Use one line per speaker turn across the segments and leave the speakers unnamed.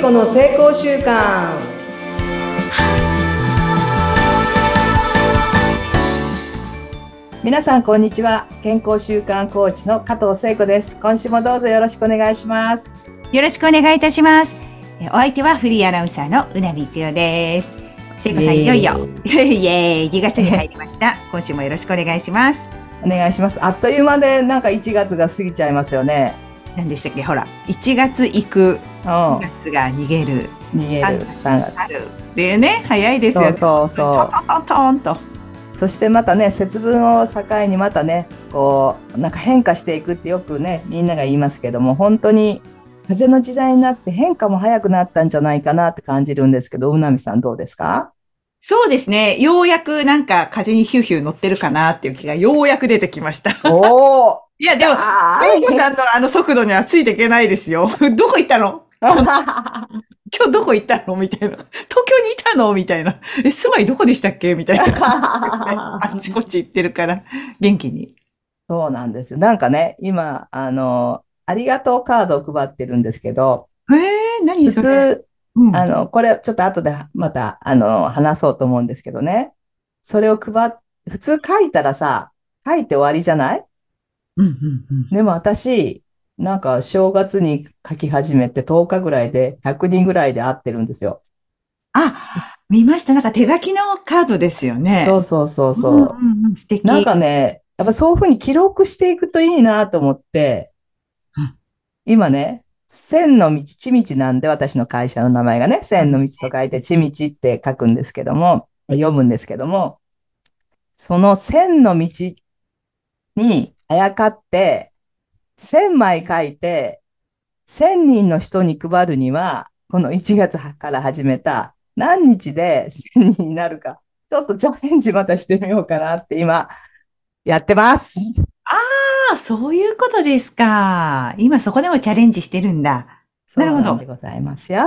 子の成功習慣皆さんこんにちは健康習慣コーチの加藤聖子です今週もどうぞよろしくお願いします
よろしくお願いいたします。えお相手はフリーアナウンサーのうなみくよです。聖子さん、いよいよ、 イエーイ、2月に入り ました。今週もよろしくお願いします。
お願いしますあっという間でなんか1月が過ぎちゃいますよね
何でしたっけほら、1月行く、
うん
2月が逃げる、
逃げる
3月
3月
去る。でね、早いですよ
そ
ね。
うそうそう
トントントンと。
そしてまたね節分を境にまたねこうなんか変化していくってよくねみんなが言いますけども本当に風の時代になって変化も早くなったんじゃないかなって感じるんですけどうなみさんどうですか
そうですね。ようやくなんか風にヒューヒュー乗ってるかなっていう気がようやく出てきました。
おお
いや、でも、聖子さんのあの速度にはついていけないですよ。 どこ行ったの今日どこ行ったのみたいな。東京にいたのみたいな。え、住まいどこでしたっけみたいな。あっちこっち行ってるから、元気に。
そうなんですよなんかね今あのありがとうカードを配ってるんですけど
えー、何
普
それ。
通
うん
あの、これちょっと後でまた、あの、話そうと思うんですけどね。それを配っ、普通書いたらさ、書いて終わりじゃない
うんうんうん
でも私、なんか正月に書き始めて10日ぐらいで100人ぐらいで会ってるんですよ。
あ、見ました。なんか手書きのカードですよね。
そうそうそうそう。
うんうんうん素敵。
なんかね、やっぱそういうふうに記録していくといいなと思って
うん、
今ね、千の道、ちみちなんで、私の会社の名前がね、千の道と書いて、ちみちって書くんですけども、読むんですけども、その千の道にあやかって、千枚書いて、千人の人に配るには、この1月から始めた、何日で千人になるか、ちょっとチャレンジまたしてみようかなって今、やってます。
あ、そういうことですか。今そこでもチャレンジしてるんだ。なるほど
そうなんでございますよ。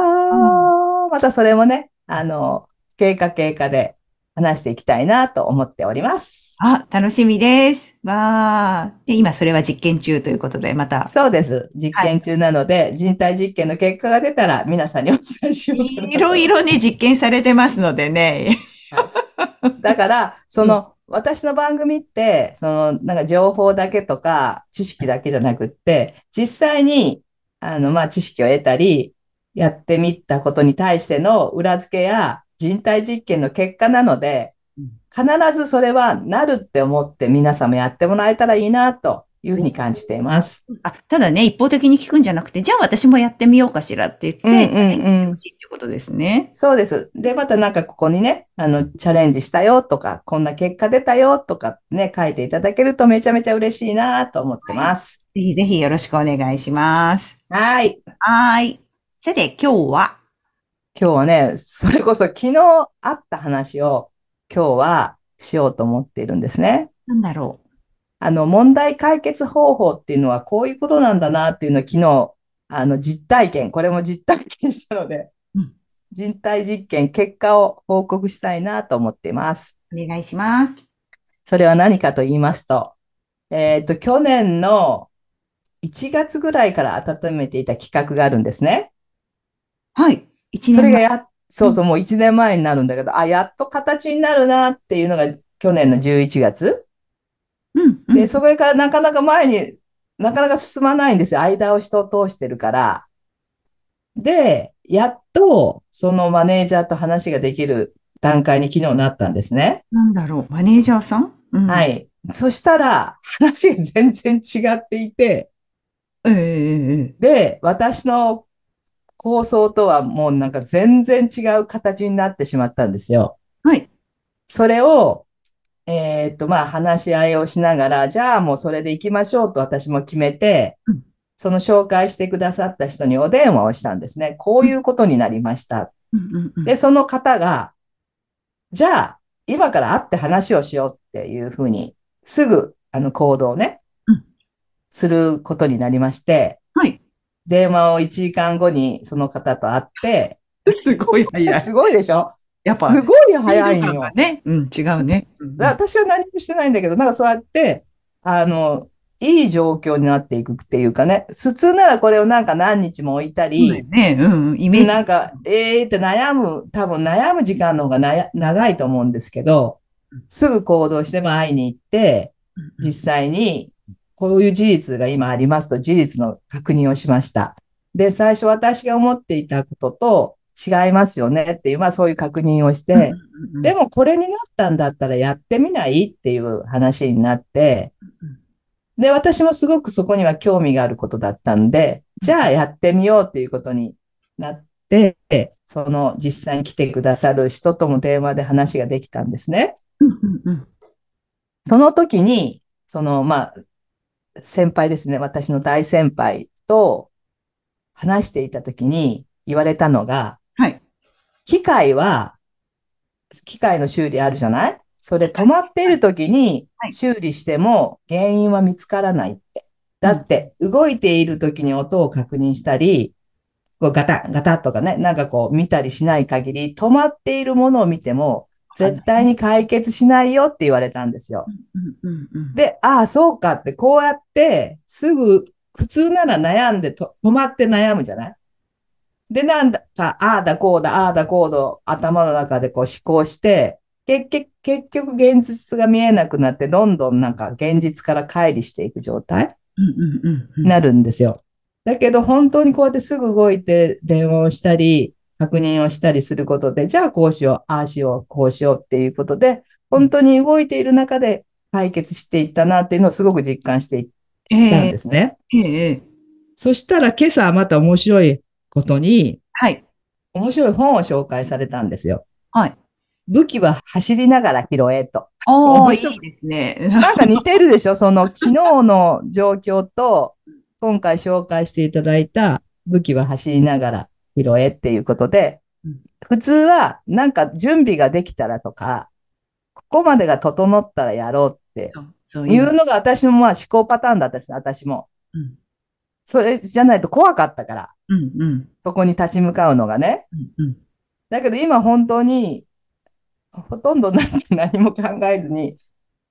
またそれもね、あの、経過経過で話していきたいなと思っております。
あ、楽しみです。わー。で、今それは実験中ということで、また。
そうです。実験中なので、人体実験の結果が出たら皆さんにお伝えしようかなと
いろいろね、実験されてますのでね。
だから、その、私の番組って、その、なんか情報だけとか、知識だけじゃなくって、実際に、あの、まあ、知識を得たり、やってみたことに対しての裏付けや人体実験の結果なので
うん、
必ずそれはなるって思って皆さんもやってもらえたらいいな、というふうに感じています。
あ、ただね、一方的に聞くんじゃなくて、じゃあ私もやってみようかしらって言って、やって
ん
ほ。しいってことですね。
そうです。で、またなんかここにね、あの、チャレンジしたよとか、こんな結果出たよとかね、書いていただけるとめちゃめちゃ嬉しいなと思ってます。
ぜひぜひよろしくお願いします。
はい。
はーい。さて、今日は、
今日はね、それこそ昨日あった話を今日はしようと思っているんですね。
なんだろう。
あの、問題解決方法っていうのはこういうことなんだなっていうのを昨日、あの、実体験、これも実体験したので
うん、
人体実験結果を報告したいなと思っています。
お願いします。
それは何かと言いますと、えっと、去年の1月ぐらいから温めていた企画があるんですね。
はい。一
それ
年
が
前。
や、そうそう、もう1年前になるんだけど、あ、やっと形になるなっていうのが去年の11月。
うん、うん。
で、そこからなかなか前に、なかなか進まないんですよ。間を人を通してるから。で、やっと、そのマネージャーと話ができる段階に昨日なったんですね。
なんだろう。マネージャーさん、うん、。
はいい。そしたら、話が全然違っていて、
ええ
で、私の構想とはもうなんか全然違う形になってしまったんですよ。
はい。
それを、えーっと、まあ話し合いをしながら、じゃあもうそれで行きましょうと私も決めて
うん、
その紹介してくださった人にお電話をしたんですね。こういうことになりました。
うんうんうん
で、その方が、じゃあ今から会って話をしようっていうふうに、すぐあの行動をね
うん、
することになりまして、
はい。
電話を1時間後にその方と会って、
すごい早い。
すごいでしょ
やっぱ、
すごい早いんよ。
ね。うん、違うね。うん
私は何もしてないんだけど、なんかそうやって、あの、いい状況になっていくっていうかね、普通ならこれをなんか何日も置いた
そうだよ
り、
ね。うんうん。イメージ。
なんか、えーって悩む、多分悩む時間の方がなや長いと思うんですけど
うん、
すぐ行動しても会いに行って、実際にこういう事実が今ありますと事実の確認をしました。で、最初私が思っていたことと違いますよねっていう、まあそういう確認をして、
うんうんうん
でもこれになったんだったらやってみないっていう話になって、で、私もすごくそこには興味があることだったんで、じゃあやってみようっていうことになって、その実際に来てくださる人とも電話で話ができたんですね。
うんうんうん
その時に、その、まあ、先輩ですね、私の大先輩と話していた時に言われたのが、
はい。
機械は、機械の修理あるじゃないそれ止まっている時に
はい
修理しても原因は見つからないって。だって動いている時に音を確認したり、こうガタンガタッとかね、なんかこう見たりしない限り止まっているものを見ても絶対に解決しないよって言われたんですよ。
うんうんうん。
で、ああ、そうかって、こうやって、すぐ、普通なら悩んでと、止まって悩むじゃないで、なんだか、ああだこうだ、ああだこうだ、頭の中でこう思考して、結局、結局現実が見えなくなって、どんどんなんか現実から乖離していく状態
うんうんうんうん
になるんですよ。だけど、本当にこうやってすぐ動いて電話をしたり、確認をしたりすることで、じゃあこうしよう、ああしよう、こうしようっていうことで、本当に動いている中で解決していったなっていうのをすごく実感していしたんですね。
ええ。
そしたら今朝また面白いことに、
はい。
面白い本を紹介されたんですよ。
はい。
武器は走りながら拾えと。
お
面
ー、
白い
いいですね。
なんか似てるでしょ その昨日の状況と、今回紹介していただいた武器は走りながら拾えっていうことで
うん、
普通はなんか準備ができたらとか、ここまでが整ったらやろうって
そうい
いう
う。
のが私のまあ思考パターンだったし、私も。
うん
それじゃないと怖かったから、
うんうん
そこに立ち向かうのがね。
うんうん。
だけど今本当に、ほとんどなんて何も考えずに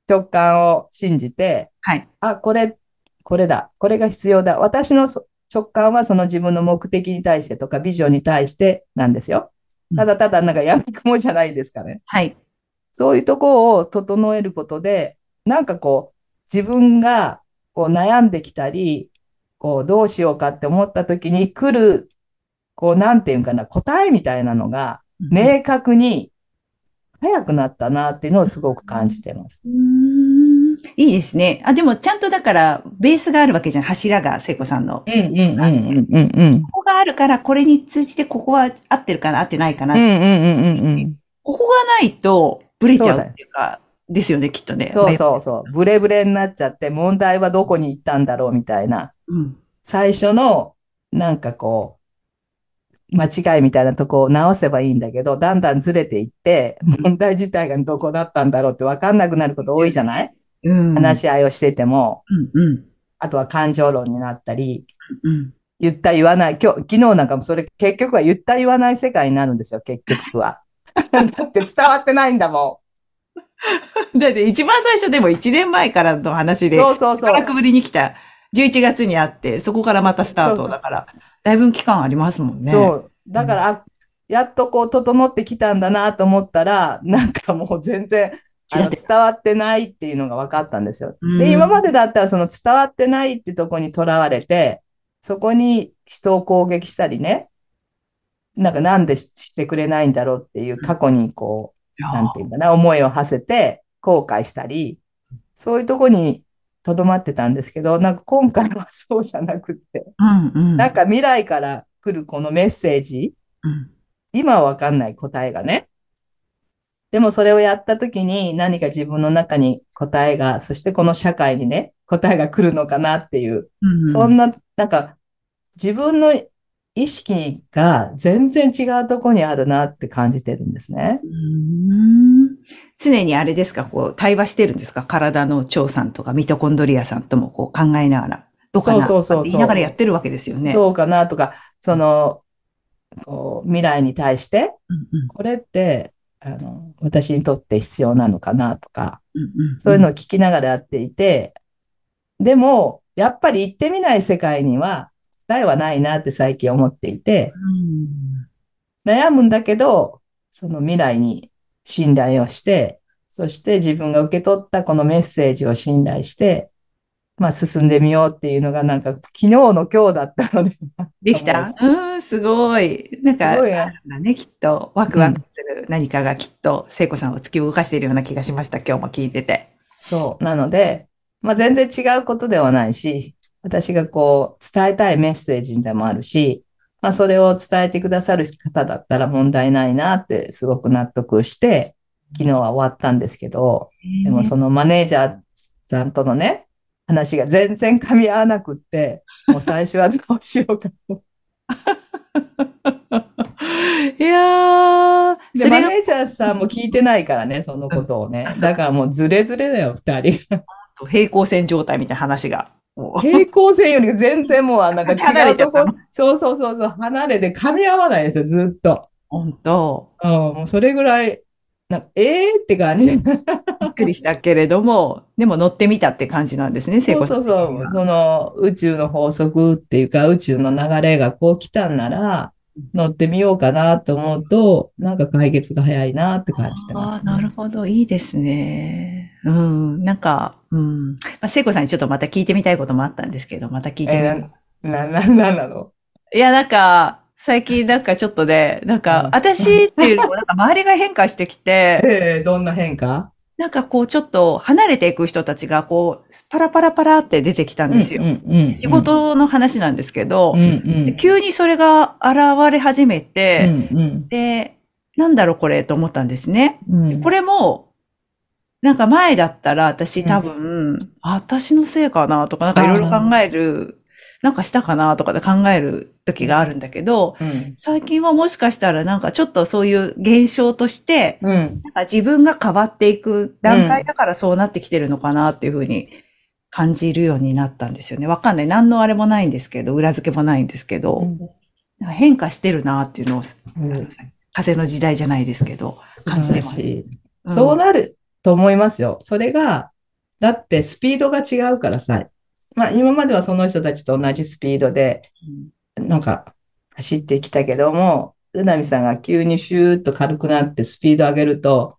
直感を信じて、
はい。
あ、これ、これだ、これが必要だ。私のそ直感はその自分の目的に対してとかビジョンに対してなんですよ。ただただなんかやみくもじゃないですかね。
はい。
そういうとこを整えることで、なんかこう、自分がこう悩んできたり、こうどうしようかって思った時に来る、こうなんていうんかな、答えみたいなのが明確に早くなったなっていうのをすごく感じてます。
うーん。いいですね。あ、でもちゃんとだから、ベースがあるわけじゃん。柱が、聖子さんの。こ
うんうんうんうんうん。
こがあるから、これに通じて、ここは合ってるかな、合ってないかな。
うんうんうんうんうん。
ここがないと、ブレちゃ
そう
う
だよ
っていうか、ですよね、きっとね。
そうそうそう。ブレブレになっちゃって、問題はどこに行ったんだろうみたいな。
う。うん。
最初の、なんかこう、間違いみたいなとこを直せばいいんだけど、だんだんずれていって、問題自体がどこだったんだろうって分かんなくなること多いじゃない
うん。
話し合いをしてても、
うんうん。
あとは感情論になったり、
うん。
言った言わない、今日、昨日なんかもそれ結局は言った言わない世界になるんですよ、結局は。 だって伝わってないんだも
だって一番最初でも1年前からの話
ん。
で、
そうそう
し
そ
ば
う
ら。くぶりに来た。11月に会って、そこからまたスタートだから
そう、そう
だいぶ期間ありますもんね。
そう。だから、あやっとこう、整ってきたんだなと思ったら、 なんかもう全然、あ
違
の
って。
伝わってないっていうのが分かったんですよ。
うん
で、今までだったらその伝わってないってとこにとらわれて、そこに人を攻撃したりね、なんかなんでししてくれないんだろうっていう過去にこう、なんていうかな、思いを馳せて後悔したり、そういうとこに留まってたんですけど、なんか今回はそうじゃなくって、
うんうん。
なんか未来から来るこのメッセージ、
うん、
今はわかんない答えがね。でもそれをやった時に何か自分の中に答えが、そしてこの社会にね、答えが来るのかなっていう、
うん。
そんな、なんか自分の意識が全然違うとこにあるなって感じてるんですね。
うーん常にあれですか、こう、対話してるんですか体の腸さんとかミトコンドリアさんともこう考えながら。どうかな
そうそうそうそう
って言いながらやってるわけですよね。
どうかなとか、その、こう未来に対して、
うんうん
これって、あの、私にとって必要なのかなとか、
うんうん
そういうのを聞きながらやっていて、でも、やっぱり行ってみない世界には答えはないなって最近思っていて、悩むんだけど、その未来に信頼をして、そして自分が受け取ったこのメッセージを信頼して、まあ進んでみようっていうのがなんか昨日の今日だったので。
できたうん、すごい。なんか、
すごいね
あるんだね、きっと。ワクワクする何かがきっと、聖子さんを突き動かしているような気がしました。今日も聞いてて。
そう。なので、まあ全然違うことではないし、私がこう伝えたいメッセージでもあるし、まあそれを伝えてくださる方だったら問題ないなってすごく納得して、昨日は終わったんですけど、でもそのマネージャーさんとのね、話が全然噛み合わなくって、もう最初はどうしようかと。
いやー、
で、
そ
マ
れが
ネージャーさんも聞いてないからね、そのことをね。だからもうズレズレだよ、二人。
平行線状態みたいな話が。もう
平行線より全然もう、なんか
離
違
れ
う
ちゃ
と
っ
こ
たの、
そうそうそうそう、離れて噛み合わないですよ、ずっと。
本当。
うん、もうそれぐらい、なんか、ええー、って感じ。
びっくりしたけれども、でも乗ってみたって感じなんですね、聖
そ
子
う
さ
そ
ん
う
的には。
そう。その宇宙の法則っていうか、宇宙の流れがこう来たんなら、乗ってみようかなと思うと、なんか解決が早いなって感じてます、
ああ、なるほど。いいですね。うん。なんか、うん。まあ、聖子さんにちょっとまた聞いてみたいこともあったんですけど、また聞いてみ
えー、な、な、な、なんなの
いや、なんか、最近なんかちょっとね、なん
う
か
ん、
私っていうのもなんか周りが変化してき て、
ええどんな変化
なんかこうちょっと離れていく人たちがこう、パラパラパラって出てきたんですよ。
うんうんうんうん
仕事の話なんですけど
うん、うん。
急にそれが現れ始め
う
て、
ん
で、なんだろうこれと思ったんですね。
うんうん。
これも、なんか前だったら私多分、私のせいかなとか、なんかいろいろ考える、なんかしたかなとかで考える時があるんだけど、
うん。
最近はもしかしたらなんかちょっとそういう現象として、
うん。
なんか自分が変わっていく段階だからそうなってきてるのかなっていうふうに感じるようになったんですよね。わかんない。何のあれもないんですけど、裏付けもないんですけど、なんか変化してるなっていうのを、あの風の時代じゃないですけど、
素
感じ
晴
て
ら
ます。
しい。
うん
そうなると思いますよ。それが、だってスピードが違うからさ。まあ今まではその人たちと同じスピードで、なんか走ってきたけども、うなみさんが急にシューッと軽くなってスピード上げると、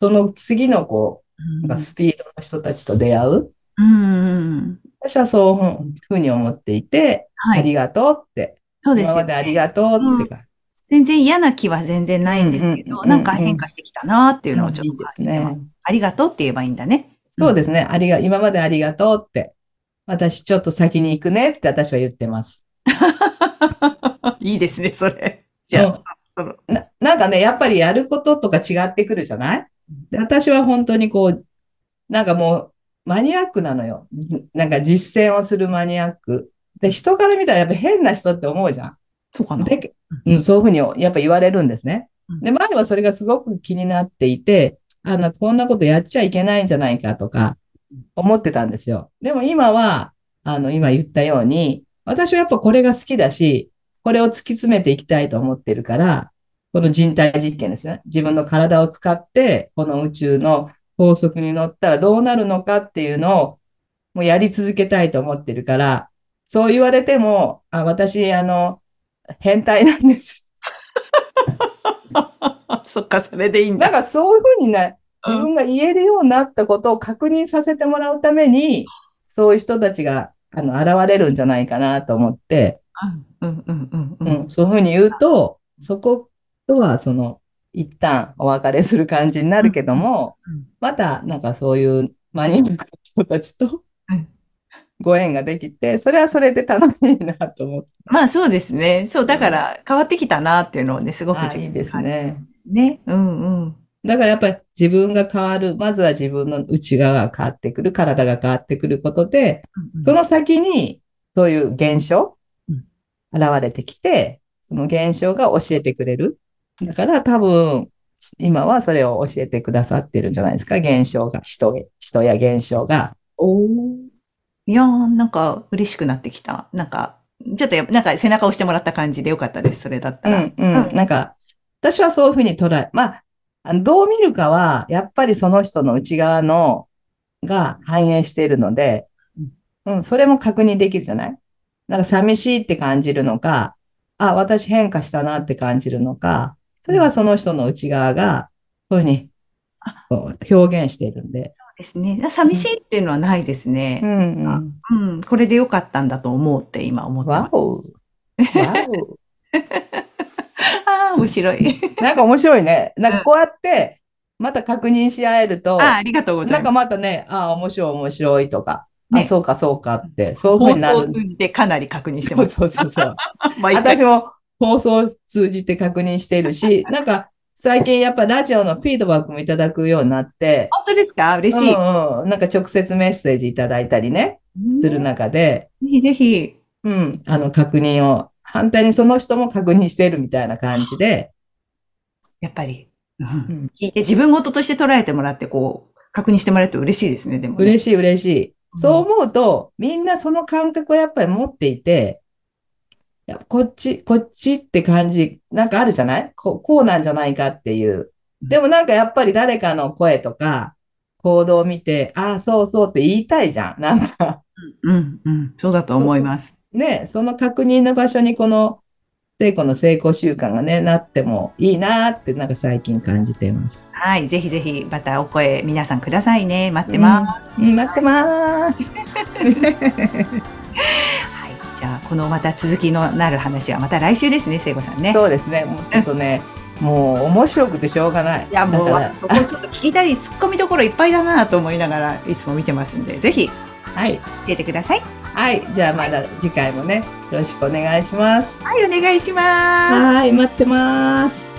その次のこう、なんかスピードの人たちと出会う。
うんうんうん。
私はそういうふうに思っていて、
は
あ
い。
りがとうって。
そうです
今ま
よ
であり
ね。
がとうってか、
全然嫌な気は全然ないんですけ
うんうん
ど、
うん
なんか変化してきたなっていうのをちょっ
うんいい
と
で
感
す
じて
ね
ます。ありがとうって言えばいいんだね。
そうですね。ありが、今までありがとうって。私ちょっと先に行くねって私は言ってます。
いいですね、それ。じゃ
う
あ
ん、
その、
な、なんかね、やっぱりやることとか違ってくるじゃないで私は本当にこう、なんかもうマニアックなのよ。なんか実践をするマニアック。で、人から見たらやっぱ変な人って思うじゃん。
そうかな。
で、うん、そういうふうにやっぱ言われるんですね
うん。
で、前はそれがすごく気になっていて、あの、こんなことやっちゃいけないんじゃないかとか
うん、
思ってたんですよ。でも今は、あの、今言ったように、私はやっぱこれが好きだし、これを突き詰めていきたいと思ってるから、この人体実験ですね。自分の体を使って、この宇宙の法則に乗ったらどうなるのかっていうのを、もうやり続けたいと思ってるから、そう言われても、あ、私、あの、変態なんです。
そっか、それでいいん
なん
だ。
かそういうふうにね、
うん
自分が言えるようになったことを確認させてもらうために、そういう人たちが、あの、現れるんじゃないかなと思って、
うん、うん、うん、う。
うんん、そういうふうに言うと、そことは、その、一旦お別れする感じになるけども
うんうん、
また、なんかそういうマニアックな人たちと
うん、
ご縁ができて、それはそれで楽しいなと思って。
まあそうですね。そう、だから変わってきたなっていうのをね、すごく
あ
自
いい
分
ですね。
ね。うん、うん。
だからやっぱり自分が変わる、まずは自分の内側が変わってくる、体が変わってくることで、その先にそういう現象
うん、
現れてきて、その現象が教えてくれる。だから多分、今はそれを教えてくださってるんじゃないですか、現象が、人へ、人や現象が。
おお。いやー、なんか嬉しくなってきた。なんか、ちょっとやっぱ、なんか背中を押してもらった感じでよかったです、それだった
う
ら。
ん、うん。なんか、私はそういうふうに捉え、まあ、あのどう見るかは、やっぱりその人の内側の、が反映しているので
うん、
うん、それも確認できるじゃないなんか寂しいって感じるのか、あ、私変化したなって感じるのか、それはその人の内側が、そういうふうにこう表現しているんで。
ですね。寂しいっていうのはないです
う
ね。
ん、
ううん、これでよかったんだと思うって今思ってま
わ
す。
お。わお。
ああ、面白い。
なんか面白いね。なんかこうやって、また確認し合えると、
ああ、ありがとうござ
ないん
ま
かま
す。
たね、ああ、面白い面白いとか、あ、
ね
そうかそうかって、そういうふう
放
にな
送を
る。
通じてかなり確認して
そ
ま
う
す。
そうそう そう。
毎回
私も放送を通じて確認している し、なんか最近やっぱラジオのフィードバックもいただくようになって、
本当ですか嬉
う
しい。
んうん、なんか直接メッセージいただいたりね、する
ぜ
中で、
ひぜひ。
うん、あの確認を、反対にその人も確認しているみたいな感じで、
やっぱり、うん
ん
聞いて自分事として捉えてもらって、こう、確認してもらえると嬉しいですね、でもね、
嬉しい嬉しい。そう思うと、みんなその感覚をやっぱり持っていて、いやこっち、こっちって感じ、なんかあるじゃないここうなんじゃないかっていう。でもなんかやっぱり誰かの声とか行動を見て、ああ、そうそうって言いたいじゃん。なんか、
うん、うん、そうだと思います。
ね、その確認の場所にこの、聖子の成功習慣がね、なってもいいなーってなんか最近感じています。
はい、ぜひぜひ、またお声、皆さんくださいね。待ってます。
うん待ってます。
はい、じゃあ、このまた続きのなる話は、また来週ですね、聖子さんね。
そうですね。もうちょっとね、もう面白くてしょうがない。
いや、もう
だから、
そこちょっと聞きたい、突っ込みどころいっぱいだなと思いながら、いつも見てますんで、ぜひ、
はい。
教えてください。
はい。じゃあまだ次回もね、よろしくお願いします。
はい、お願いします。
はい。待ってます。